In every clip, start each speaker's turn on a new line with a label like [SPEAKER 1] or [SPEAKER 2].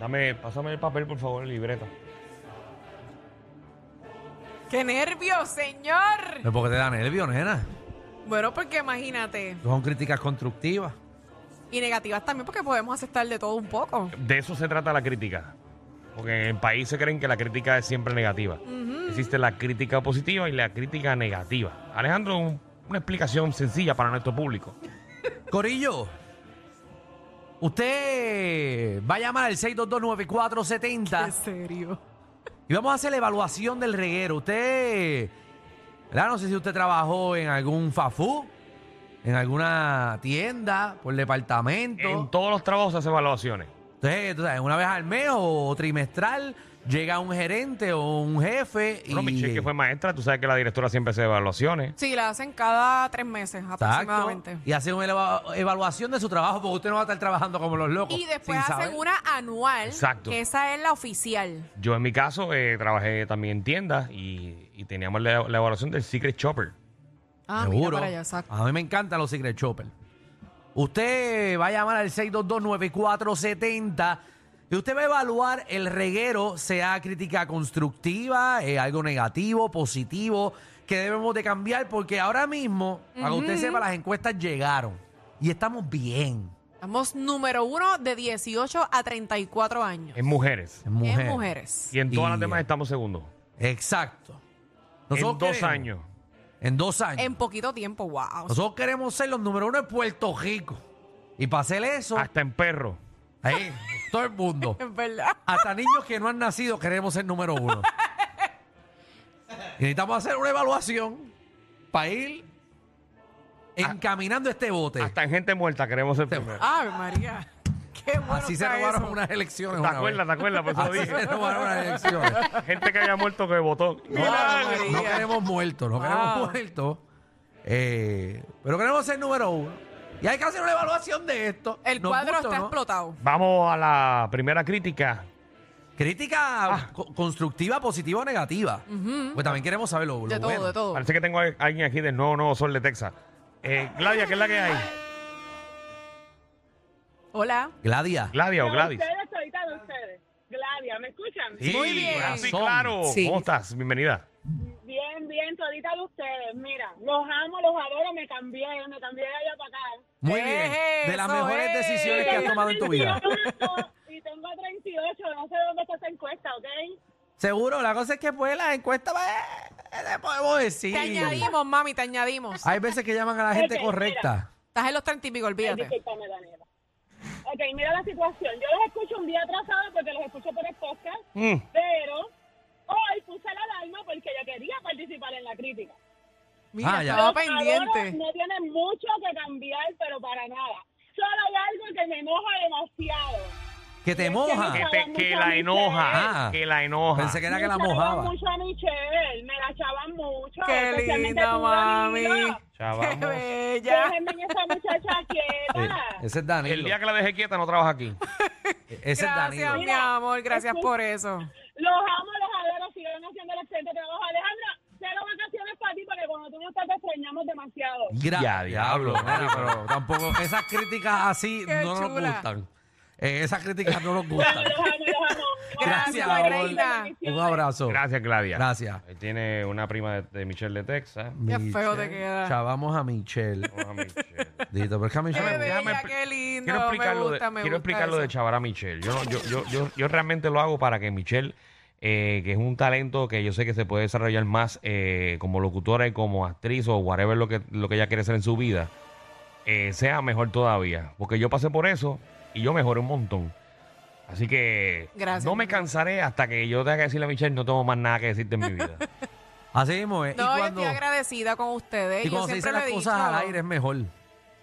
[SPEAKER 1] Dame, pásame el papel, por favor, libreta.
[SPEAKER 2] ¡Qué nervios, señor!
[SPEAKER 3] ¿Pero por qué te da nervios, nena?
[SPEAKER 2] Bueno, porque imagínate.
[SPEAKER 3] Son críticas constructivas.
[SPEAKER 2] Y negativas también, porque podemos aceptar de todo un poco.
[SPEAKER 1] De eso se trata la crítica. Porque en el país se creen que la crítica es siempre negativa. Existe la crítica positiva y la crítica negativa. Alejandro, un- una explicación sencilla para nuestro público.
[SPEAKER 3] Corillo, usted va a llamar al 6229470.
[SPEAKER 2] En serio.
[SPEAKER 3] Y vamos a hacer la evaluación del reguero. Usted, ¿verdad? No sé si usted trabajó en algún fafú, en alguna tienda, por departamento.
[SPEAKER 1] En todos los trabajos se hacen evaluaciones.
[SPEAKER 3] Usted, tú sabes, una vez al mes o trimestral llega un gerente o un jefe y...
[SPEAKER 1] Bueno, Michelle, que fue maestra, tú sabes que la directora siempre hace evaluaciones.
[SPEAKER 2] Sí, la hacen cada tres meses
[SPEAKER 3] Exacto.
[SPEAKER 2] aproximadamente.
[SPEAKER 3] Y hace una eva- evaluación de su trabajo porque usted no va a estar trabajando como los locos.
[SPEAKER 2] Y después
[SPEAKER 3] sin
[SPEAKER 2] hacen
[SPEAKER 3] saber.
[SPEAKER 2] una anual.
[SPEAKER 1] Exacto.
[SPEAKER 2] Que esa es la oficial.
[SPEAKER 1] Yo en mi caso eh, trabajé también en tiendas y, y teníamos la, la evaluación del Secret Shopper.
[SPEAKER 2] Ah, mira
[SPEAKER 3] Seguro.
[SPEAKER 2] para allá, exacto.
[SPEAKER 3] A mí me encantan los Secret Shopper. Usted va a llamar al 6229470 y usted va a evaluar el reguero, sea crítica constructiva, eh, algo negativo, positivo, que debemos de cambiar porque ahora mismo, para que usted sepa, las encuestas llegaron y estamos bien
[SPEAKER 2] Estamos número uno de 18 a 34 años.
[SPEAKER 1] En mujeres.
[SPEAKER 3] en mujeres.
[SPEAKER 2] En mujeres.
[SPEAKER 1] Y en todas las
[SPEAKER 3] Y-
[SPEAKER 1] demás estamos segundos.
[SPEAKER 3] Exacto.
[SPEAKER 1] En dos
[SPEAKER 3] queremos-
[SPEAKER 1] años.
[SPEAKER 3] En dos años.
[SPEAKER 2] En poquito tiempo, wow.
[SPEAKER 3] Nosotros queremos ser los número uno en Puerto Rico. Y para hacer eso,
[SPEAKER 1] Hasta en perro.
[SPEAKER 3] ahí, todo el mundo.
[SPEAKER 2] Es verdad.
[SPEAKER 3] Hasta niños que no han nacido queremos ser número uno. Y Necesitamos hacer una evaluación para ir encaminando este bote.
[SPEAKER 1] Hasta en gente muerta queremos ser primero.
[SPEAKER 2] Ay, María. Qué bueno
[SPEAKER 3] Así se
[SPEAKER 2] está
[SPEAKER 3] robaron
[SPEAKER 2] eso.
[SPEAKER 3] unas elecciones.
[SPEAKER 1] ¿Te
[SPEAKER 3] una vez. Ah,
[SPEAKER 1] acuerdas? ¿Te acuerdas? Por eso
[SPEAKER 3] Así se
[SPEAKER 1] dije.
[SPEAKER 3] robaron unas elecciones.
[SPEAKER 1] Gente que haya muerto que votó.
[SPEAKER 3] No,
[SPEAKER 1] Milagro.
[SPEAKER 3] no, no queremos muertos, no
[SPEAKER 2] Wow.
[SPEAKER 3] queremos muertos. Eh, pero queremos ser número uno. Y hay que hacer una evaluación de esto.
[SPEAKER 2] El
[SPEAKER 3] Nos
[SPEAKER 2] cuadro
[SPEAKER 3] gusta o
[SPEAKER 2] está
[SPEAKER 3] no.
[SPEAKER 2] explotado.
[SPEAKER 1] Vamos a la primera crítica.
[SPEAKER 3] Crítica
[SPEAKER 2] Ah.
[SPEAKER 3] co- constructiva, positiva o negativa. Pues también queremos saber lo, lo
[SPEAKER 2] De todo,
[SPEAKER 3] bueno.
[SPEAKER 2] de todo.
[SPEAKER 1] Parece que tengo a alguien aquí del nuevo, nuevo sol de Texas. Eh, Gladia, ¿qué es la que hay?
[SPEAKER 2] Hola.
[SPEAKER 3] Gladia.
[SPEAKER 1] Gladia o Gladys.
[SPEAKER 4] Ustedes, ahorita de ustedes. Gladia, ¿me escuchan?
[SPEAKER 2] Muy bien.
[SPEAKER 1] ah, Sí,
[SPEAKER 3] Son.
[SPEAKER 1] claro.
[SPEAKER 2] Sí.
[SPEAKER 1] ¿Cómo estás? Bienvenida.
[SPEAKER 4] Bien, bien, ahorita de ustedes. Mira, los amo, los adoro, me cambié, me cambié de allá para acá.
[SPEAKER 3] Muy bien. De las
[SPEAKER 2] Eso eh?
[SPEAKER 3] mejores
[SPEAKER 2] es.
[SPEAKER 3] decisiones que has
[SPEAKER 4] Tengo
[SPEAKER 3] tomado en tu vida.
[SPEAKER 4] 38 Y tengo 38, no sé dónde está esa encuesta, ¿ok?
[SPEAKER 3] Seguro, la cosa es que pues las encuestas, pues, le podemos decir.
[SPEAKER 2] Te añadimos, mami, te añadimos.
[SPEAKER 3] Hay veces que llaman a la gente
[SPEAKER 4] Ok,
[SPEAKER 3] correcta.
[SPEAKER 2] Estás en los 30 y pico,
[SPEAKER 4] Ay,
[SPEAKER 2] olvídate.
[SPEAKER 4] Discúlpame, Daniela. Ok, mira la situación. Yo los escucho un día atrasado porque los escucho por el podcast,
[SPEAKER 1] Mm.
[SPEAKER 4] pero hoy puse la alarma porque yo quería participar en la crítica.
[SPEAKER 2] Mira,
[SPEAKER 3] Ah, ya.
[SPEAKER 2] estaba
[SPEAKER 4] Los adoro,
[SPEAKER 2] pendiente.
[SPEAKER 4] No tiene mucho que cambiar, pero para nada. Solo hay algo que me enoja demasiado.
[SPEAKER 3] Que te
[SPEAKER 4] Es que
[SPEAKER 3] moja.
[SPEAKER 1] Que,
[SPEAKER 4] no-
[SPEAKER 1] te- que la enoja.
[SPEAKER 3] Ah.
[SPEAKER 1] Que la enoja.
[SPEAKER 3] Pensé que era
[SPEAKER 4] Me
[SPEAKER 3] que la
[SPEAKER 4] chavan
[SPEAKER 3] mojaba.
[SPEAKER 4] mucho a Michelle, me la chavan mucho.
[SPEAKER 2] Qué
[SPEAKER 4] especialmente
[SPEAKER 2] linda,
[SPEAKER 4] tú,
[SPEAKER 2] mami.
[SPEAKER 4] Danilo.
[SPEAKER 1] Ya
[SPEAKER 2] Qué
[SPEAKER 1] vamos.
[SPEAKER 2] bella.
[SPEAKER 4] Déjenme en esa muchacha
[SPEAKER 3] Sí,
[SPEAKER 4] quieta.
[SPEAKER 3] Eh, ese es Danilo.
[SPEAKER 1] El día que la dejé quieta no trabaja aquí.
[SPEAKER 3] Oh. Ese es
[SPEAKER 2] Gracias,
[SPEAKER 3] Danilo.
[SPEAKER 2] mi amor. Gracias por
[SPEAKER 4] Los
[SPEAKER 2] eso.
[SPEAKER 4] amo, los adoro, siguen haciendo el excelente trabajo. Alejandra, cero vacaciones para ti porque cuando tú no estás te extrañamos demasiado.
[SPEAKER 3] Gra-
[SPEAKER 1] Ya, diablo,
[SPEAKER 3] nena,
[SPEAKER 1] Mari, pero-
[SPEAKER 3] pero tampoco. Esas críticas así
[SPEAKER 2] Qué
[SPEAKER 3] no nos
[SPEAKER 2] chula.
[SPEAKER 3] gustan. Eh, esas críticas no nos gustan.
[SPEAKER 4] Los amo, los amo.
[SPEAKER 3] Gracias,
[SPEAKER 2] amor.
[SPEAKER 4] bendiciones.
[SPEAKER 3] Un abrazo.
[SPEAKER 1] Gracias, Gladia.
[SPEAKER 3] Gracias.
[SPEAKER 1] Ahí tiene una prima de, de Michelle de Texas.
[SPEAKER 2] Qué feo te
[SPEAKER 3] Michelle.
[SPEAKER 2] queda.
[SPEAKER 3] Chavamos a Michelle.
[SPEAKER 1] Vamos a Michelle.
[SPEAKER 3] Dito, pero es que a
[SPEAKER 2] Qué
[SPEAKER 3] Michelle me-
[SPEAKER 1] déjame
[SPEAKER 2] bella,
[SPEAKER 1] expli-
[SPEAKER 2] qué lindo.
[SPEAKER 1] Quiero explicar,
[SPEAKER 2] me
[SPEAKER 1] lo de-
[SPEAKER 2] gusta, me
[SPEAKER 1] quiero
[SPEAKER 2] gusta
[SPEAKER 1] explicar lo de
[SPEAKER 2] eso.
[SPEAKER 1] Chavar a Michelle. Yo, no- yo, yo, yo, yo realmente lo hago para que Michelle, eh, que es un talento que yo sé que se puede desarrollar más eh, como locutora y como actriz o whatever lo que, lo que ella quiere ser en su vida, eh, sea mejor todavía. Porque yo pasé por eso y yo mejoré un montón. Así que
[SPEAKER 2] Gracias,
[SPEAKER 1] no me
[SPEAKER 2] Michelle.
[SPEAKER 1] cansaré hasta que yo tenga que decirle a Michelle, no tengo más nada que decirte en mi vida.
[SPEAKER 3] Así mismo es.
[SPEAKER 2] No,
[SPEAKER 3] y
[SPEAKER 2] yo
[SPEAKER 3] cuando,
[SPEAKER 2] estoy agradecida con ustedes.
[SPEAKER 3] y
[SPEAKER 2] yo
[SPEAKER 3] cuando se
[SPEAKER 2] siempre
[SPEAKER 3] dicen
[SPEAKER 2] lo
[SPEAKER 3] las
[SPEAKER 2] he
[SPEAKER 3] cosas
[SPEAKER 2] dicho.
[SPEAKER 3] al aire es mejor.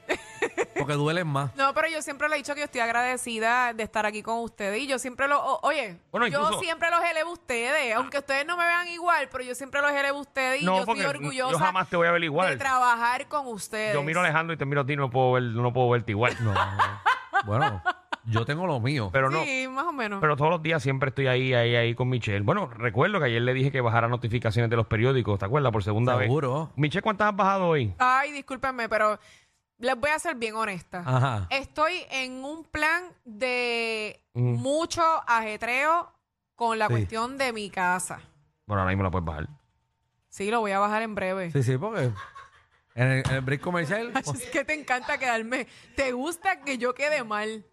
[SPEAKER 3] Porque duelen más.
[SPEAKER 2] No, pero yo siempre le he dicho que yo estoy agradecida de estar aquí con ustedes y yo siempre los, o- oye,
[SPEAKER 1] Bueno,
[SPEAKER 2] yo
[SPEAKER 1] incluso-
[SPEAKER 2] siempre los elevo a ustedes, aunque ustedes no me vean igual, pero yo siempre los elevo a ustedes y
[SPEAKER 1] No,
[SPEAKER 2] yo estoy
[SPEAKER 1] porque
[SPEAKER 2] orgullosa
[SPEAKER 1] yo jamás te voy a ver igual.
[SPEAKER 2] de trabajar con ustedes.
[SPEAKER 1] Yo miro a Alejandro y te miro a ti, no puedo, ver, no puedo verte igual.
[SPEAKER 3] No. bueno, yo tengo lo mío.
[SPEAKER 1] Pero no,
[SPEAKER 2] Sí, más o menos.
[SPEAKER 1] Pero todos los días siempre estoy ahí, ahí, ahí con Michelle. Bueno, recuerdo que ayer le dije que bajara notificaciones de los periódicos, ¿te acuerdas? Por segunda
[SPEAKER 3] Seguro.
[SPEAKER 1] vez. Michelle, ¿cuántas has bajado hoy?
[SPEAKER 2] Ay, discúlpenme, pero les voy a ser bien honesta.
[SPEAKER 3] Ajá.
[SPEAKER 2] Estoy en un plan de
[SPEAKER 1] Mm.
[SPEAKER 2] mucho ajetreo con la
[SPEAKER 3] Sí.
[SPEAKER 2] cuestión de mi casa.
[SPEAKER 1] Bueno, ahora mismo la puedes bajar.
[SPEAKER 2] Sí, lo voy a bajar en breve.
[SPEAKER 3] Sí, sí, porque en el, en el break comercial.
[SPEAKER 2] Es que te encanta quedarme. Te gusta que yo quede mal.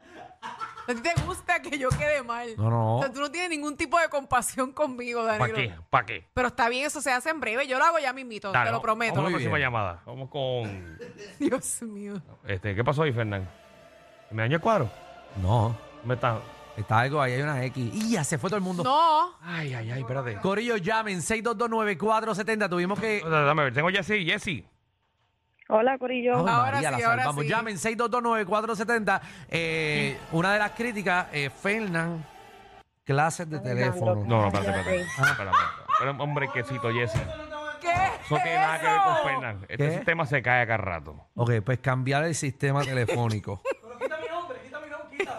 [SPEAKER 2] A ti te gusta que yo quede mal.
[SPEAKER 3] No, no.
[SPEAKER 2] O sea, tú no tienes ningún tipo de compasión conmigo,
[SPEAKER 1] ¿Para
[SPEAKER 2] Danilo.
[SPEAKER 1] qué? ¿Para qué?
[SPEAKER 2] Pero está bien, eso se hace en breve. Yo lo hago ya mismito,
[SPEAKER 1] Dale,
[SPEAKER 2] te lo
[SPEAKER 1] vamos- Vamos
[SPEAKER 2] prometo.
[SPEAKER 1] a la
[SPEAKER 3] Muy
[SPEAKER 1] próxima
[SPEAKER 3] bien.
[SPEAKER 1] llamada. Vamos con.
[SPEAKER 2] Dios mío.
[SPEAKER 1] Este, ¿Qué pasó ahí, Fernán? ¿Me dañó el cuadro?
[SPEAKER 3] No,
[SPEAKER 1] ¿Me está?
[SPEAKER 3] está algo ahí, hay una X. ¡Y ya se fue todo el mundo!
[SPEAKER 2] No.
[SPEAKER 1] Ay, ay, ay, espérate.
[SPEAKER 3] Corillo, llamen 6229470. Tuvimos que.
[SPEAKER 1] Dame ver, tengo Jessy, Jessy.
[SPEAKER 4] Hola,
[SPEAKER 3] Ay,
[SPEAKER 4] Corillo.
[SPEAKER 2] Ahora
[SPEAKER 3] María,
[SPEAKER 2] sí,
[SPEAKER 3] la
[SPEAKER 2] ahora
[SPEAKER 3] salvamos.
[SPEAKER 2] sí.
[SPEAKER 3] Llamen 6229470. Eh, una de las críticas, eh, Fernan, clases de teléfono.
[SPEAKER 1] No, no, espérate, espérate. Ah, Espérame. Espérame un brequecito, Jessy.
[SPEAKER 2] ¿Qué?
[SPEAKER 1] Eso no tiene
[SPEAKER 2] es
[SPEAKER 1] nada que ver con
[SPEAKER 2] eso?
[SPEAKER 1] Fernán. Este
[SPEAKER 3] ¿Qué?
[SPEAKER 1] sistema se cae a cada rato.
[SPEAKER 3] Ok, pues cambiar el sistema telefónico.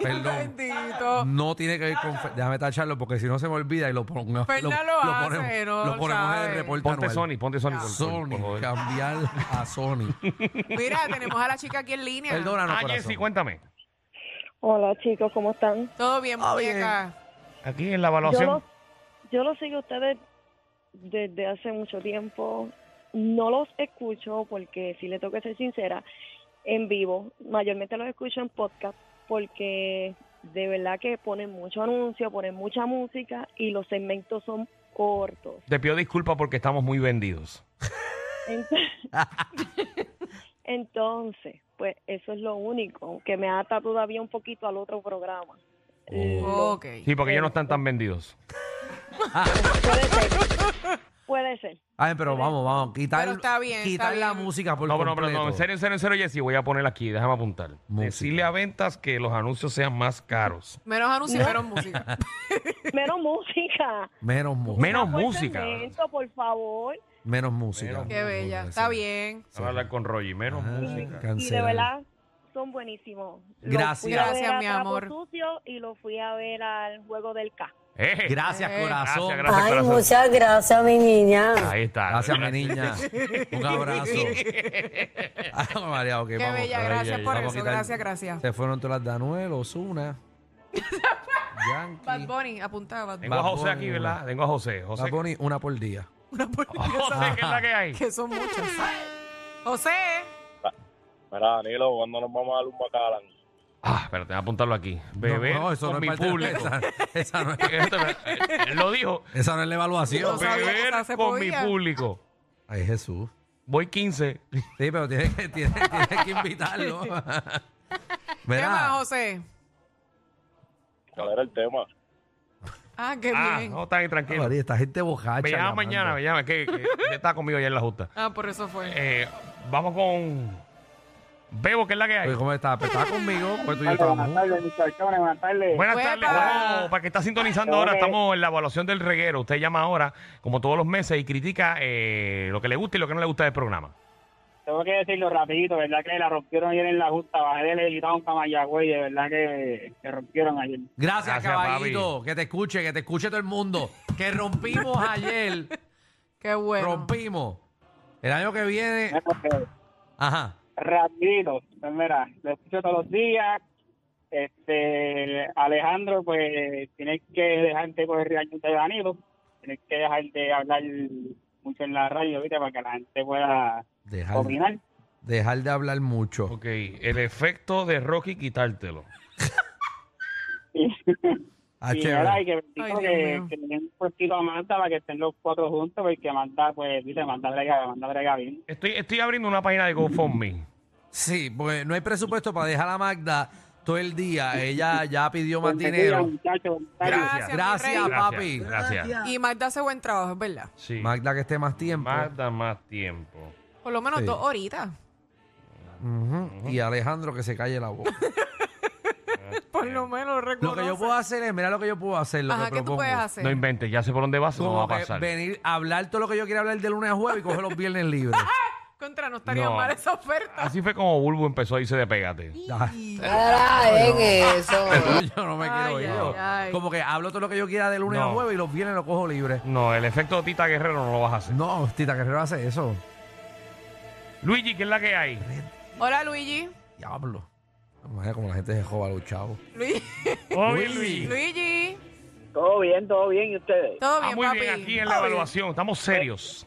[SPEAKER 3] Perdón.
[SPEAKER 2] Bendito.
[SPEAKER 3] No tiene que ver con. Fer- Déjame tacharlo porque si no se me olvida y lo pongo.
[SPEAKER 2] Fernan lo hace,
[SPEAKER 3] ponemos,
[SPEAKER 2] no
[SPEAKER 3] lo ponemos en
[SPEAKER 2] sabe.
[SPEAKER 3] el reporte.
[SPEAKER 1] Ponte
[SPEAKER 3] anual.
[SPEAKER 1] Sony, ponte Sony. por- por- por
[SPEAKER 3] Sony,
[SPEAKER 1] joder.
[SPEAKER 3] cambiar a Sony.
[SPEAKER 2] Mira, tenemos a la chica aquí en línea.
[SPEAKER 3] Perdónanos,
[SPEAKER 1] Ah,
[SPEAKER 3] corazón.
[SPEAKER 1] Jessy, cuéntame.
[SPEAKER 4] Hola, chicos, ¿cómo están?
[SPEAKER 2] Todo bien,
[SPEAKER 3] Ah, bien.
[SPEAKER 2] muñeca.
[SPEAKER 1] Aquí en la
[SPEAKER 4] Yo
[SPEAKER 1] evaluación.
[SPEAKER 4] los, yo los sigo a ustedes desde hace mucho tiempo. No los escucho porque, si le tengo que ser sincera, en vivo. Mayormente los escucho en podcast porque de verdad que ponen mucho anuncio, ponen mucha música y los segmentos son cortos.
[SPEAKER 1] Te pido disculpas porque estamos muy vendidos.
[SPEAKER 4] Entonces, entonces, pues eso es lo único que me ata todavía un poquito al otro programa.
[SPEAKER 3] Oh.
[SPEAKER 4] Lo-
[SPEAKER 2] Ok.
[SPEAKER 1] Sí, porque ellos no están tan vendidos.
[SPEAKER 4] Puede ser. Puede ser.
[SPEAKER 3] Ay, Ah, pero vamos, vamos. Quitar,
[SPEAKER 2] Pero está bien,
[SPEAKER 3] quitar
[SPEAKER 2] está
[SPEAKER 3] la
[SPEAKER 2] bien.
[SPEAKER 3] música por
[SPEAKER 1] No, pero,
[SPEAKER 3] completo.
[SPEAKER 1] pero no, en serio, en serio, en serio, Jessy, voy a poner aquí, déjame apuntar.
[SPEAKER 3] Música.
[SPEAKER 1] Decirle a ventas que los anuncios sean más caros.
[SPEAKER 2] Menos anuncios, menos música.
[SPEAKER 4] Menos música.
[SPEAKER 3] Menos música.
[SPEAKER 1] Menos
[SPEAKER 4] Buen
[SPEAKER 1] música.
[SPEAKER 4] segmento, por favor.
[SPEAKER 3] Menos música.
[SPEAKER 1] Menos
[SPEAKER 2] Qué bella. Está bien.
[SPEAKER 1] Vamos a hablar con Roger,
[SPEAKER 3] Ah.
[SPEAKER 1] menos música.
[SPEAKER 4] Y de verdad, son buenísimos. Los
[SPEAKER 3] Gracias.
[SPEAKER 4] fui a ver
[SPEAKER 2] Gracias,
[SPEAKER 4] a
[SPEAKER 2] mi
[SPEAKER 4] Trapo
[SPEAKER 2] amor.
[SPEAKER 4] Sucio y lo fui a ver al juego del K.
[SPEAKER 1] Eh,
[SPEAKER 3] Gracias,
[SPEAKER 2] Eh.
[SPEAKER 3] corazón.
[SPEAKER 1] Gracias, gracias.
[SPEAKER 5] Ay,
[SPEAKER 1] corazón.
[SPEAKER 5] muchas gracias, mi niña.
[SPEAKER 1] Ahí está.
[SPEAKER 3] Gracias, mi niña. Un abrazo. Ah, María, ok,
[SPEAKER 2] Qué
[SPEAKER 3] vamos.
[SPEAKER 2] bella,
[SPEAKER 3] Ay,
[SPEAKER 2] gracias
[SPEAKER 3] ay,
[SPEAKER 2] por
[SPEAKER 3] vamos a
[SPEAKER 2] eso.
[SPEAKER 3] quitar-
[SPEAKER 2] Gracias, gracias.
[SPEAKER 3] Se fueron todas las de Anuel, Osuna. Yankee.
[SPEAKER 2] Bad Bunny, apunta Bad Bunny.
[SPEAKER 1] Tengo a José aquí,
[SPEAKER 3] Bad Bunny,
[SPEAKER 1] ¿verdad? Tengo a José. José,
[SPEAKER 3] Bad Bunny, una por día.
[SPEAKER 2] Una porque
[SPEAKER 1] José, ¿qué es la que hay?
[SPEAKER 2] que son muchos. José,
[SPEAKER 6] Mira, Danilo, ¿cuándo nos vamos a dar un bacalán?
[SPEAKER 1] Ah, espérate, voy a apuntarlo aquí. Beber con mi
[SPEAKER 3] parte de-
[SPEAKER 1] público.
[SPEAKER 3] Esa, esa no es,
[SPEAKER 1] Esto me- Él lo dijo.
[SPEAKER 3] esa no es la evaluación.
[SPEAKER 2] No sabía que
[SPEAKER 1] Beber
[SPEAKER 2] esa se
[SPEAKER 1] con mi
[SPEAKER 2] podía.
[SPEAKER 1] público.
[SPEAKER 3] Ay, Jesús.
[SPEAKER 1] Voy 15.
[SPEAKER 3] Sí, pero tienes que, tienes, tienes que invitarlo.
[SPEAKER 2] ¿qué más,
[SPEAKER 3] Verá,
[SPEAKER 2] José?
[SPEAKER 6] ¿Cuál era el tema?
[SPEAKER 2] Ah, qué
[SPEAKER 1] Ah,
[SPEAKER 2] bien.
[SPEAKER 1] no, está bien, tranquilo.
[SPEAKER 3] María, esta gente bojacha.
[SPEAKER 1] Me llama
[SPEAKER 3] llamando.
[SPEAKER 1] ah, mañana, me llama. Que, que que está conmigo ya en la justa.
[SPEAKER 2] Ah, por eso fue.
[SPEAKER 1] Eh, vamos con Bebo, que es la que hay.
[SPEAKER 3] Oye, ¿Cómo está? Pues, está conmigo, pues tú y yo estamos juntos.
[SPEAKER 6] muchachones, buenas tardes.
[SPEAKER 1] Buenas
[SPEAKER 2] Buenas
[SPEAKER 1] tardes,
[SPEAKER 2] tardes.
[SPEAKER 1] Bebo. Para que está sintonizando ahora, estamos en la evaluación del reguero. Usted llama ahora, como todos los meses, y critica eh, lo que le gusta y lo que no le gusta del programa.
[SPEAKER 6] Tengo que decirlo rapidito, ¿verdad que la rompieron ayer en la justa? Bajé del editado a Mayagüey, de verdad que, que rompieron ayer.
[SPEAKER 3] Gracias,
[SPEAKER 1] Gracias,
[SPEAKER 3] caballito. Que te escuche, que te escuche todo el mundo. Que rompimos ayer.
[SPEAKER 2] Qué bueno.
[SPEAKER 3] Rompimos. El año que viene.
[SPEAKER 6] Porque,
[SPEAKER 3] Ajá.
[SPEAKER 6] rapidito, pues mira, lo escucho todos los días. Este, Alejandro, pues tienes que dejarte correr años de Danilo. Tienes que dejar de hablar mucho en la radio, ¿viste? Para que la gente pueda
[SPEAKER 3] Dejar,
[SPEAKER 6] opinar.
[SPEAKER 3] dejar de hablar mucho.
[SPEAKER 1] Ok, el efecto de Rocky quitártelo.
[SPEAKER 3] Ah,
[SPEAKER 6] y
[SPEAKER 3] chévere.
[SPEAKER 6] nada, y que bendito
[SPEAKER 2] Ay, Dios mío.
[SPEAKER 6] que, que le den un puestito a Manda para que estén los cuatro juntos, porque Manda, pues, dice, Manda brega, Manda brega bien.
[SPEAKER 1] Estoy, estoy abriendo una página de GoFundMe.
[SPEAKER 3] Sí, porque no hay presupuesto para dejar a Magda todo el día. Ella ya pidió más
[SPEAKER 6] Porque,
[SPEAKER 3] dinero.
[SPEAKER 6] muchachos,
[SPEAKER 1] Gracias.
[SPEAKER 2] Gracias, mi
[SPEAKER 3] Gracias,
[SPEAKER 2] rey.
[SPEAKER 3] papi.
[SPEAKER 1] Gracias. gracias.
[SPEAKER 2] Y Magda hace buen trabajo, es verdad.
[SPEAKER 1] Sí.
[SPEAKER 3] Magda que esté más tiempo.
[SPEAKER 1] Más da más tiempo.
[SPEAKER 2] Por lo menos
[SPEAKER 3] Sí.
[SPEAKER 2] dos horitas.
[SPEAKER 3] Ujú. Y Alejandro que se calle la boca.
[SPEAKER 2] Por lo menos
[SPEAKER 3] lo que yo puedo hacer es, mira lo que yo puedo hacer, lo
[SPEAKER 2] Ajá, ¿qué
[SPEAKER 3] que
[SPEAKER 2] tú
[SPEAKER 3] propongo.
[SPEAKER 2] puedes hacer?
[SPEAKER 1] No inventes, ya sé por dónde vas, no va
[SPEAKER 3] Como
[SPEAKER 1] a
[SPEAKER 3] que
[SPEAKER 1] pasar.
[SPEAKER 3] venir a hablar todo lo que yo quiera hablar de lunes a jueves y coger los viernes libres.
[SPEAKER 2] Contra, no estaría
[SPEAKER 1] No.
[SPEAKER 2] mal esa oferta.
[SPEAKER 1] Así fue como Bulbo empezó a irse de pégate.
[SPEAKER 5] Ahora en eso.
[SPEAKER 3] yo no me quiero
[SPEAKER 2] Ay,
[SPEAKER 3] ir.
[SPEAKER 2] ay,
[SPEAKER 3] yo.
[SPEAKER 2] ay.
[SPEAKER 3] Como que hablo todo lo que yo quiera de lunes
[SPEAKER 1] No.
[SPEAKER 3] a jueves y los viernes los cojo libres.
[SPEAKER 1] No, el efecto Tita Guerrero no lo vas a hacer.
[SPEAKER 3] No, Tita Guerrero hace eso. Ah.
[SPEAKER 1] Luigi, ¿qué es la que hay?
[SPEAKER 2] Hola, Luigi.
[SPEAKER 3] Diablo. Imagina como la gente se joda a los chavos.
[SPEAKER 2] Luigi.
[SPEAKER 1] Luis.
[SPEAKER 2] Luigi.
[SPEAKER 6] Todo bien, todo bien. ¿Y ustedes?
[SPEAKER 2] Todo
[SPEAKER 1] Ah,
[SPEAKER 2] bien,
[SPEAKER 1] muy
[SPEAKER 2] papi.
[SPEAKER 1] bien, aquí en la
[SPEAKER 2] Todo bien.
[SPEAKER 1] evaluación. Estamos serios.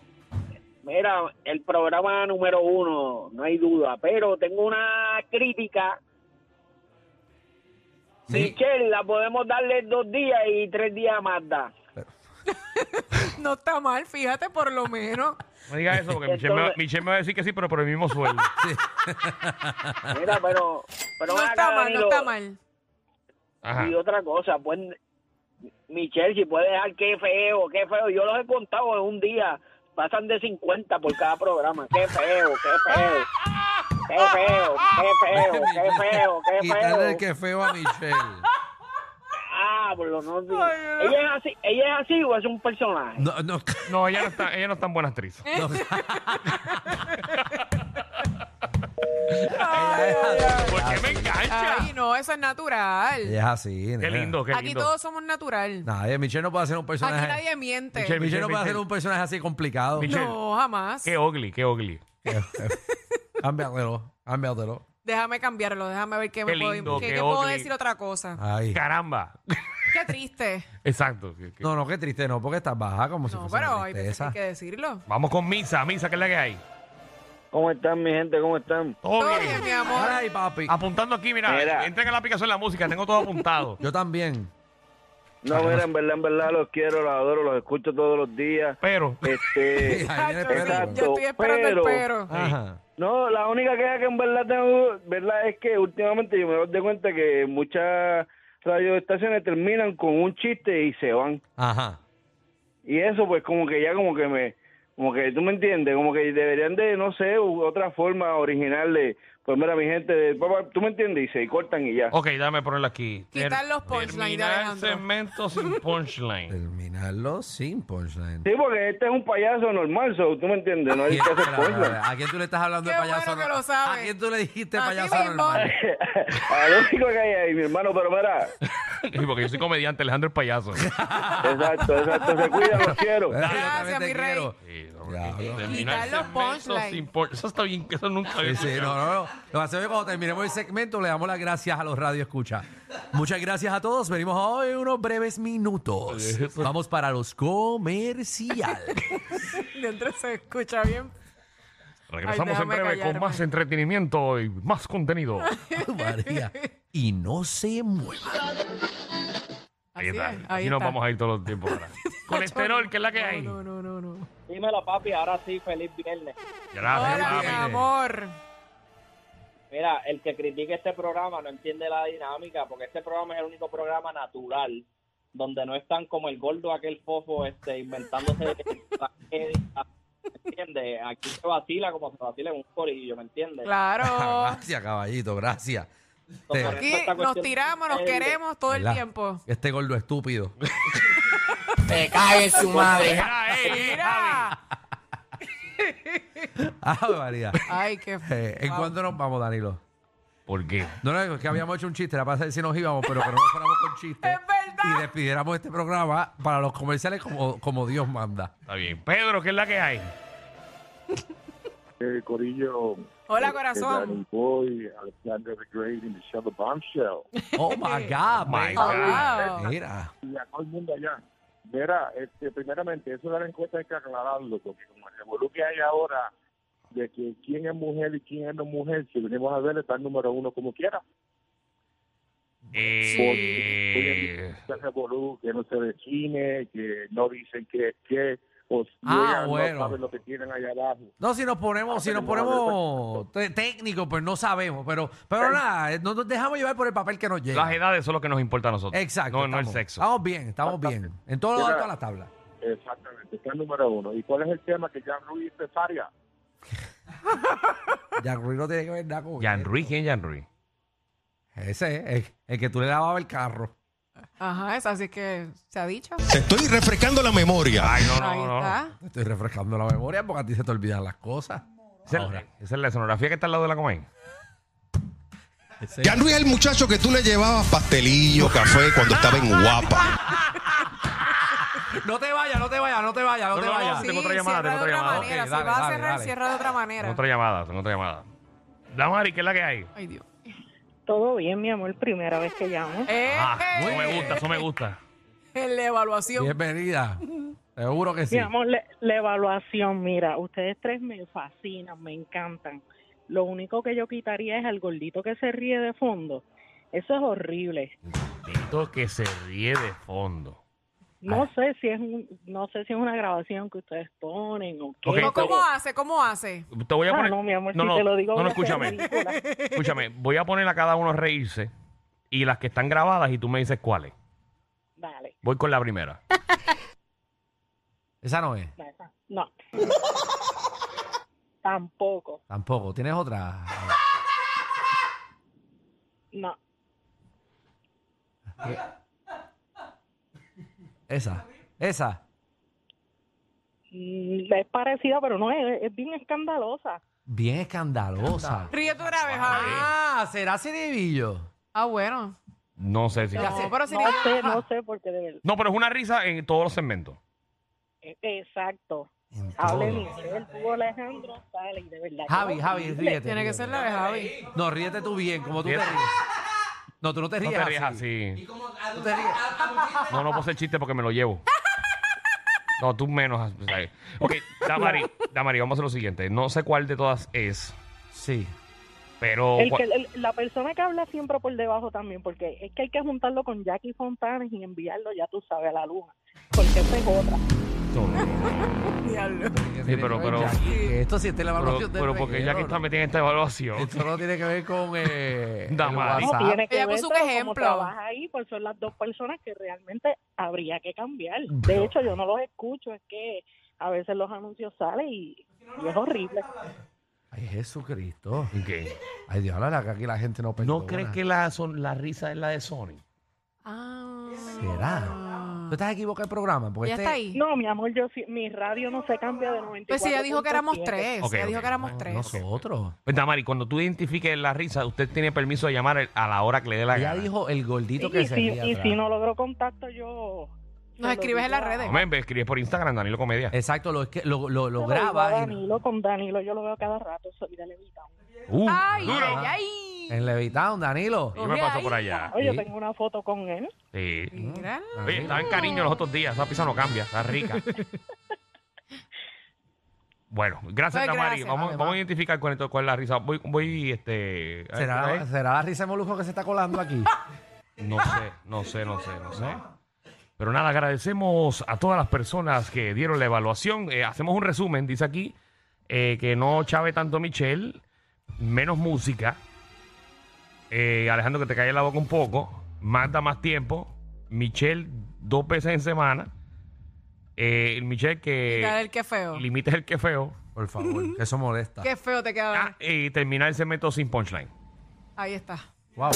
[SPEAKER 6] Mira, el programa número uno, no hay duda, pero tengo una crítica. Michelle, la podemos darle dos días y tres días a Magda.
[SPEAKER 2] No está mal, fíjate, por lo menos.
[SPEAKER 1] No diga eso porque Michelle me, va- Michelle me va a decir que sí, pero por el mismo sueldo.
[SPEAKER 6] Mira, pero... pero
[SPEAKER 2] No
[SPEAKER 6] ven acá,
[SPEAKER 2] está mal, no
[SPEAKER 6] Danilo,
[SPEAKER 2] está mal.
[SPEAKER 1] Ajá.
[SPEAKER 6] Y otra cosa, pues, Michelle, si puede dejar qué feo, qué feo. Yo los he contado en un día. Pasan de 50 por cada programa. Qué feo, qué feo. Qué feo, qué feo, qué feo, qué
[SPEAKER 3] Quitarle
[SPEAKER 6] feo.
[SPEAKER 3] el que feo a Michelle.
[SPEAKER 6] Ah, por lo no.
[SPEAKER 2] Ay, no.
[SPEAKER 6] Ella es así, ella es así o es un personaje.
[SPEAKER 3] No, no.
[SPEAKER 1] No, ella no, está, ella no es tan buena actriz.
[SPEAKER 2] Ay, ay, ay.
[SPEAKER 1] Porque me engancha.
[SPEAKER 2] Ay, no, eso es natural.
[SPEAKER 3] Ella es así.
[SPEAKER 1] Qué
[SPEAKER 3] nena.
[SPEAKER 1] lindo, qué
[SPEAKER 2] Aquí
[SPEAKER 1] lindo.
[SPEAKER 2] todos somos natural.
[SPEAKER 3] Nadie, Michelle no puede hacer un personaje.
[SPEAKER 2] Aquí nadie miente.
[SPEAKER 1] Michelle,
[SPEAKER 3] Michelle no puede
[SPEAKER 1] Michelle.
[SPEAKER 3] hacer un personaje así complicado.
[SPEAKER 1] Michelle.
[SPEAKER 2] No, jamás.
[SPEAKER 1] Qué ugly, qué ugly.
[SPEAKER 3] Cámbiatelo, cámbiatelo.
[SPEAKER 2] Déjame cambiarlo, déjame ver qué, me
[SPEAKER 1] Qué
[SPEAKER 2] puedo,
[SPEAKER 1] lindo,
[SPEAKER 2] qué-
[SPEAKER 1] qué Ah.
[SPEAKER 2] qué puedo
[SPEAKER 1] ugly.
[SPEAKER 2] decir otra cosa.
[SPEAKER 3] Ahí.
[SPEAKER 1] Caramba.
[SPEAKER 2] Qué triste.
[SPEAKER 1] Exacto. que- que-
[SPEAKER 3] No, no, qué triste, no, porque estás baja como si
[SPEAKER 2] No,
[SPEAKER 3] fuese
[SPEAKER 2] pero
[SPEAKER 3] una
[SPEAKER 2] hay veces que
[SPEAKER 3] tristeza.
[SPEAKER 2] hay que decirlo.
[SPEAKER 1] Vamos con Misa, Misa, que es la que hay.
[SPEAKER 7] ¿Cómo están, mi gente? ¿Cómo están?
[SPEAKER 1] Todo
[SPEAKER 2] Todo
[SPEAKER 1] bien.
[SPEAKER 2] bien, mi amor.
[SPEAKER 3] Ay, papi.
[SPEAKER 2] Ah.
[SPEAKER 1] Apuntando aquí, mira,
[SPEAKER 7] Mira.
[SPEAKER 1] entrega la aplicación de la música, tengo todo apuntado.
[SPEAKER 3] Yo también.
[SPEAKER 7] No, mira, en verdad, en verdad, los quiero, los adoro, los escucho todos los días.
[SPEAKER 1] Pero,
[SPEAKER 7] Este,
[SPEAKER 3] Ahí viene
[SPEAKER 2] Yo sí,
[SPEAKER 3] Pedro.
[SPEAKER 2] yo estoy esperando el pero.
[SPEAKER 7] Pero-
[SPEAKER 3] Ajá.
[SPEAKER 7] no, la única queja que en verdad tengo, verdad, es que últimamente yo me doy cuenta que muchas radioestaciones terminan con un chiste y se van.
[SPEAKER 3] Ajá.
[SPEAKER 7] Y eso, pues, como que ya, como que me, como que, ¿tú me entiendes? Como que deberían de, no sé, u- otra forma original de, pues, mira, mi gente, de, papá, ¿tú me entiendes? Y se cortan y ya.
[SPEAKER 1] ok, dame ponerla aquí. Ter-
[SPEAKER 2] Quitar los punchlines de
[SPEAKER 1] terminar
[SPEAKER 2] Alejandro.
[SPEAKER 1] segmento sin punchline.
[SPEAKER 3] Terminarlo sin punchline.
[SPEAKER 7] Sí, porque este es un payaso normal, so, ¿tú me entiendes? No hay que
[SPEAKER 3] ¿Quién-
[SPEAKER 7] hacer
[SPEAKER 3] espera, espera,
[SPEAKER 7] cosas.
[SPEAKER 3] espera, ¿A quién tú le estás hablando de
[SPEAKER 2] Qué
[SPEAKER 3] payaso
[SPEAKER 2] bueno que
[SPEAKER 3] normal?
[SPEAKER 2] lo sabe.
[SPEAKER 3] ¿A quién tú le dijiste
[SPEAKER 2] A ti
[SPEAKER 3] payaso
[SPEAKER 2] mismo.
[SPEAKER 3] normal? Eh,
[SPEAKER 7] A lo único que hay ahí, mi hermano, pero mira.
[SPEAKER 1] Sí, Porque yo soy comediante, Alejandro el payaso.
[SPEAKER 7] Exacto, exacto. Se cuida, los quiero.
[SPEAKER 3] Espera, yo
[SPEAKER 2] Gracias,
[SPEAKER 3] también te
[SPEAKER 2] mi rey.
[SPEAKER 3] quiero.
[SPEAKER 1] Sí, no,
[SPEAKER 3] Ya,
[SPEAKER 1] porque
[SPEAKER 3] bro.
[SPEAKER 1] terminar
[SPEAKER 2] Quitar los
[SPEAKER 1] segmento
[SPEAKER 2] punchlines.
[SPEAKER 1] sin punchline. Eso está bien, que eso nunca había
[SPEAKER 3] Sí, sí,
[SPEAKER 1] escuchado.
[SPEAKER 3] no, no, no. Lo que hacemos es que cuando terminemos el segmento le damos las gracias a los Radio Escucha. Muchas gracias a todos. Venimos hoy unos breves minutos. Vamos para los comerciales.
[SPEAKER 2] Dentro se escucha bien.
[SPEAKER 1] Regresamos
[SPEAKER 2] Ay,
[SPEAKER 1] en
[SPEAKER 2] déjame
[SPEAKER 1] breve con
[SPEAKER 2] callarme.
[SPEAKER 1] más entretenimiento y más contenido.
[SPEAKER 3] María. Y no se mueva.
[SPEAKER 1] Ahí
[SPEAKER 2] Así
[SPEAKER 1] está.
[SPEAKER 2] es,
[SPEAKER 1] Aquí
[SPEAKER 2] ahí
[SPEAKER 1] nos
[SPEAKER 2] está.
[SPEAKER 1] vamos a ir todos los tiempos. ahora. Colesterol, que es la que hay.
[SPEAKER 2] No, no, no, no.
[SPEAKER 6] Dímelo, papi, ahora sí, feliz viernes.
[SPEAKER 1] Gracias,
[SPEAKER 2] Hola, mi
[SPEAKER 1] papi.
[SPEAKER 2] amor.
[SPEAKER 6] Mira, el que critique este programa no entiende la dinámica, porque este programa es el único programa natural donde no están como el gordo aquel fofo este, inventándose tragedias, ¿me entiendes? Aquí se vacila como se vacila en un corillo, ¿me entiendes?
[SPEAKER 1] Ah,
[SPEAKER 2] Claro.
[SPEAKER 3] Gracias, caballito, gracias. Este,
[SPEAKER 6] Por eso
[SPEAKER 2] Aquí
[SPEAKER 6] esta
[SPEAKER 2] nos
[SPEAKER 6] cuestión-
[SPEAKER 2] tiramos, nos queremos todo el
[SPEAKER 3] ¿Verdad?
[SPEAKER 2] tiempo.
[SPEAKER 3] Este gordo estúpido.
[SPEAKER 5] Te cae en su madre.
[SPEAKER 1] Mira, eh, eh, Javi.
[SPEAKER 2] Mira.
[SPEAKER 3] Ah, María.
[SPEAKER 2] Ay, qué
[SPEAKER 3] Eh, ¿En
[SPEAKER 2] wow.
[SPEAKER 3] cuánto nos vamos, Danilo?
[SPEAKER 1] ¿Por qué?
[SPEAKER 3] No, no, es que habíamos hecho un chiste, era para saber si nos íbamos, pero que no nos fuéramos con chistes.
[SPEAKER 2] Es verdad.
[SPEAKER 3] Y despidiéramos este programa para los comerciales como, como Dios manda.
[SPEAKER 1] Está bien. Pedro, ¿qué es la que hay?
[SPEAKER 8] Hey, Eh, Corillo.
[SPEAKER 2] Hola,
[SPEAKER 8] Eh,
[SPEAKER 2] corazón.
[SPEAKER 8] Danny Boy, Alexander the Great y Michelle the Bombshell.
[SPEAKER 3] Oh my God,
[SPEAKER 1] my
[SPEAKER 3] baby.
[SPEAKER 2] Oh,
[SPEAKER 1] God.
[SPEAKER 2] wow.
[SPEAKER 3] Mira.
[SPEAKER 8] Y a todo el mundo allá. Mira, este, primeramente, eso de la encuesta hay que aclararlo, porque como el revolú que hay ahora de que quién es mujer y quién es no mujer, si venimos a ver, está el número uno como quiera.
[SPEAKER 1] Eh,
[SPEAKER 8] Porque ese revolú que no se define, que no dicen qué es qué, o si
[SPEAKER 3] Ah,
[SPEAKER 8] llegan,
[SPEAKER 3] bueno.
[SPEAKER 8] no saben lo que tienen allá abajo.
[SPEAKER 3] No, si nos ponemos, si nos ponemos te- técnicos, pues no sabemos, pero, pero nada, eh, no nos dejamos llevar por el papel que nos
[SPEAKER 1] Las
[SPEAKER 3] llega.
[SPEAKER 1] edades son lo que nos importa a nosotros.
[SPEAKER 3] Exacto.
[SPEAKER 1] No, no el
[SPEAKER 3] estamos-
[SPEAKER 1] sexo.
[SPEAKER 3] Estamos bien, estamos bien. En todos los
[SPEAKER 8] Mira.
[SPEAKER 3] datos a la tabla.
[SPEAKER 8] Exactamente, está el número uno. ¿Y cuál es el tema que ya Ruiz cesárea?
[SPEAKER 3] Jan Ruiz no tiene que ver nada con
[SPEAKER 1] Jan
[SPEAKER 3] esto.
[SPEAKER 1] Ruiz, ¿quién es Jan Ruiz?
[SPEAKER 3] Ese es el, el que tú le lavabas el carro.
[SPEAKER 2] Ajá, es así que se ha dicho.
[SPEAKER 9] Te estoy refrescando la memoria.
[SPEAKER 1] Ay, no,
[SPEAKER 2] Ahí
[SPEAKER 1] no, no.
[SPEAKER 2] está.
[SPEAKER 3] Te Estoy refrescando la memoria porque a ti se te olvidan las cosas.
[SPEAKER 1] Esa es la- esa es la escenografía que está al lado de la Comay.
[SPEAKER 3] Ese-
[SPEAKER 9] Jan Ruiz es el muchacho que tú le llevabas pastelillo, café cuando estaba en guapa.
[SPEAKER 3] No te vayas, no te vayas, no te vayas, no,
[SPEAKER 1] No,
[SPEAKER 3] te
[SPEAKER 1] no, no,
[SPEAKER 3] vayas.
[SPEAKER 1] Tengo
[SPEAKER 2] Sí,
[SPEAKER 1] otra llamada,
[SPEAKER 2] cierra
[SPEAKER 1] tengo
[SPEAKER 2] de otra
[SPEAKER 1] otra llamada.
[SPEAKER 2] manera.
[SPEAKER 3] Ok,
[SPEAKER 2] Si
[SPEAKER 3] dale,
[SPEAKER 2] vas a
[SPEAKER 3] dale,
[SPEAKER 2] cerrar,
[SPEAKER 3] dale.
[SPEAKER 2] cierra de otra manera.
[SPEAKER 1] Otra llamada, son otra llamada. Damari, ¿qué es la que hay?
[SPEAKER 2] Ay, Dios.
[SPEAKER 4] Todo bien, mi amor, primera vez que llamo.
[SPEAKER 2] Eh,
[SPEAKER 1] Ah,
[SPEAKER 2] eh,
[SPEAKER 1] eso me gusta, eso me gusta.
[SPEAKER 2] En la evaluación.
[SPEAKER 3] Bienvenida. Seguro que sí.
[SPEAKER 4] Mi amor, le- la evaluación, mira, ustedes tres me fascinan, me encantan. Lo único que yo quitaría es al gordito que se ríe de fondo. Eso es horrible.
[SPEAKER 1] Esto que se ríe de fondo.
[SPEAKER 4] No
[SPEAKER 1] Ah.
[SPEAKER 4] sé si es un, no sé si es una grabación que ustedes ponen o qué.
[SPEAKER 1] Ok,
[SPEAKER 2] No,
[SPEAKER 1] pero-
[SPEAKER 2] ¿Cómo hace? ¿Cómo hace?
[SPEAKER 1] Te voy a
[SPEAKER 4] Ah,
[SPEAKER 1] poner.
[SPEAKER 4] no, mi amor,
[SPEAKER 1] no,
[SPEAKER 4] si
[SPEAKER 1] no,
[SPEAKER 4] te lo digo.
[SPEAKER 1] no, no,
[SPEAKER 4] voy a ser
[SPEAKER 1] escúchame.
[SPEAKER 4] ridícula.
[SPEAKER 1] Escúchame, voy a poner a cada uno a reírse y las que están grabadas y tú me dices cuáles.
[SPEAKER 4] Dale,
[SPEAKER 1] Voy con la primera.
[SPEAKER 3] Esa no es.
[SPEAKER 4] dale, no. Tampoco,
[SPEAKER 3] Tampoco. ¿Tienes otra?
[SPEAKER 4] no.
[SPEAKER 3] Esa. Esa.
[SPEAKER 4] Mm, Es parecida, pero no es, es bien escandalosa.
[SPEAKER 3] Bien escandalosa.
[SPEAKER 2] Ríete una vez, Javi.
[SPEAKER 3] Ah, será Ciribillo.
[SPEAKER 2] Ah, bueno.
[SPEAKER 1] No sé si.
[SPEAKER 4] No,
[SPEAKER 3] sé.
[SPEAKER 2] pero si
[SPEAKER 4] no
[SPEAKER 2] ni-
[SPEAKER 4] sé, no sé, porque de verdad.
[SPEAKER 1] No, pero es una risa en todos los segmentos.
[SPEAKER 4] Exacto.
[SPEAKER 3] En
[SPEAKER 4] Hable
[SPEAKER 3] todo.
[SPEAKER 4] Miguel, tú Alejandro, sale y de verdad.
[SPEAKER 3] Javi, Javi,
[SPEAKER 2] Tiene
[SPEAKER 3] ríete.
[SPEAKER 2] que
[SPEAKER 3] ríete.
[SPEAKER 2] ser la de Javi.
[SPEAKER 3] No, ríete tú bien, como tú te
[SPEAKER 1] Ríete.
[SPEAKER 3] ríes. No, tú no te
[SPEAKER 1] No
[SPEAKER 3] ríes,
[SPEAKER 1] te rías
[SPEAKER 3] así.
[SPEAKER 1] así.
[SPEAKER 3] Tú te ríes.
[SPEAKER 1] No, no puedo hacer chiste porque me lo llevo. No, tú menos. o sea, Ok, Damari, Damari, vamos a hacer lo siguiente. No sé cuál de todas es,
[SPEAKER 3] Sí.
[SPEAKER 1] pero.
[SPEAKER 4] El
[SPEAKER 1] Oh, cua-
[SPEAKER 4] que, el- la persona que habla siempre por debajo también, porque es que hay que juntarlo con Jackie Fontanes y enviarlo, ya tú sabes, a la luna. Porque esa es otra.
[SPEAKER 1] No, no, no.
[SPEAKER 2] Diablo.
[SPEAKER 1] Sí, pero- pero-
[SPEAKER 3] Jackie, Esto sí está en la
[SPEAKER 1] Pero,
[SPEAKER 3] evaluación del
[SPEAKER 1] pero porque ya que
[SPEAKER 3] reguero,
[SPEAKER 1] está
[SPEAKER 3] ¿no?
[SPEAKER 1] metida en esta evaluación.
[SPEAKER 3] Esto no tiene que ver con eh, el
[SPEAKER 1] Damari.
[SPEAKER 4] No,
[SPEAKER 1] Exacto.
[SPEAKER 3] WhatsApp.
[SPEAKER 4] tiene que
[SPEAKER 2] Ella
[SPEAKER 4] ver,
[SPEAKER 2] puso un
[SPEAKER 4] pero como
[SPEAKER 2] ejemplo.
[SPEAKER 4] trabaja ahí, pues son las dos personas que realmente habría que cambiar. De hecho, yo no los escucho, es que a veces los anuncios salen y, y es horrible.
[SPEAKER 3] Ay, Jesucristo.
[SPEAKER 1] Ok.
[SPEAKER 3] Ay, Dios, la que aquí la gente no perdona.
[SPEAKER 1] ¿No crees que la, son, la risa es la de Sony?
[SPEAKER 2] Ah.
[SPEAKER 3] ¿Será? ¿Tú estás equivocado el programa? Porque
[SPEAKER 2] Ya
[SPEAKER 3] este-
[SPEAKER 2] está ahí.
[SPEAKER 4] No, mi amor, yo sí- mi radio no se cambia de 94.
[SPEAKER 2] Pues si ella dijo que éramos tres.
[SPEAKER 1] Ok,
[SPEAKER 2] ella
[SPEAKER 1] ok.
[SPEAKER 2] dijo que éramos
[SPEAKER 1] No,
[SPEAKER 2] tres.
[SPEAKER 3] Nosotros.
[SPEAKER 1] Pues, Damari, cuando tú identifiques la risa, usted tiene permiso de llamar el- a la hora que le dé la
[SPEAKER 3] Ella
[SPEAKER 1] gana.
[SPEAKER 3] dijo el gordito que
[SPEAKER 4] y,
[SPEAKER 3] se
[SPEAKER 4] si,
[SPEAKER 3] ría
[SPEAKER 4] y
[SPEAKER 3] atrás.
[SPEAKER 4] si no logro contacto, yo.
[SPEAKER 2] Nos escribes en las redes.
[SPEAKER 1] Hombre, me escribes por Instagram, Danilo Comedia.
[SPEAKER 3] Exacto, lo, es que- lo, lo, lo
[SPEAKER 4] Lo
[SPEAKER 3] graba. y-
[SPEAKER 4] Danilo, con Danilo yo lo veo cada rato, soy de Levitown.
[SPEAKER 1] Uh,
[SPEAKER 2] Ay,
[SPEAKER 1] duro.
[SPEAKER 2] ay, ay.
[SPEAKER 3] En Levitown, Danilo.
[SPEAKER 1] Yo me paso por allá.
[SPEAKER 4] Oye,
[SPEAKER 3] Sí.
[SPEAKER 4] tengo una foto con él.
[SPEAKER 1] Sí.
[SPEAKER 2] Mira.
[SPEAKER 1] Oye, estaba en cariño los otros días. Esa pizza no cambia. Está rica. bueno, gracias,
[SPEAKER 2] Pues,
[SPEAKER 1] Tamari.
[SPEAKER 2] gracias.
[SPEAKER 1] Vamos,
[SPEAKER 2] Vale,
[SPEAKER 1] vamos a identificar cuál, es- cuál es la risa. Voy, voy este... ¿eh?
[SPEAKER 3] ¿Será, ¿Será la risa de Molusco que se está colando aquí?
[SPEAKER 1] No sé, no sé, no sé, no sé. Pero nada, agradecemos a todas las personas que dieron la evaluación. Eh, hacemos un resumen, dice aquí, eh, que no chave tanto Michelle, menos música. Eh, Alejandro, que te calle la boca un poco. Manda más tiempo. Michelle, dos veces en semana. Eh, Michelle,
[SPEAKER 2] Dale
[SPEAKER 1] que
[SPEAKER 2] el que feo.
[SPEAKER 1] limites el que feo.
[SPEAKER 3] Por favor, que eso molesta.
[SPEAKER 2] Qué feo te queda.
[SPEAKER 1] Ah, y terminar el segmento sin punchline.
[SPEAKER 2] Ahí está.
[SPEAKER 3] Wow.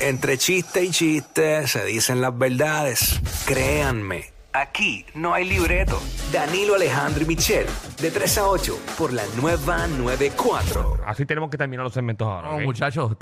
[SPEAKER 5] Entre chiste y chiste se dicen las verdades. Créanme, aquí no hay libreto. Danilo Alejandro y Michel, de 3 a 8, por la nueva 94.
[SPEAKER 1] Así tenemos que terminar los segmentos ahora.
[SPEAKER 3] No,
[SPEAKER 1] ¿ok?
[SPEAKER 3] muchachos, está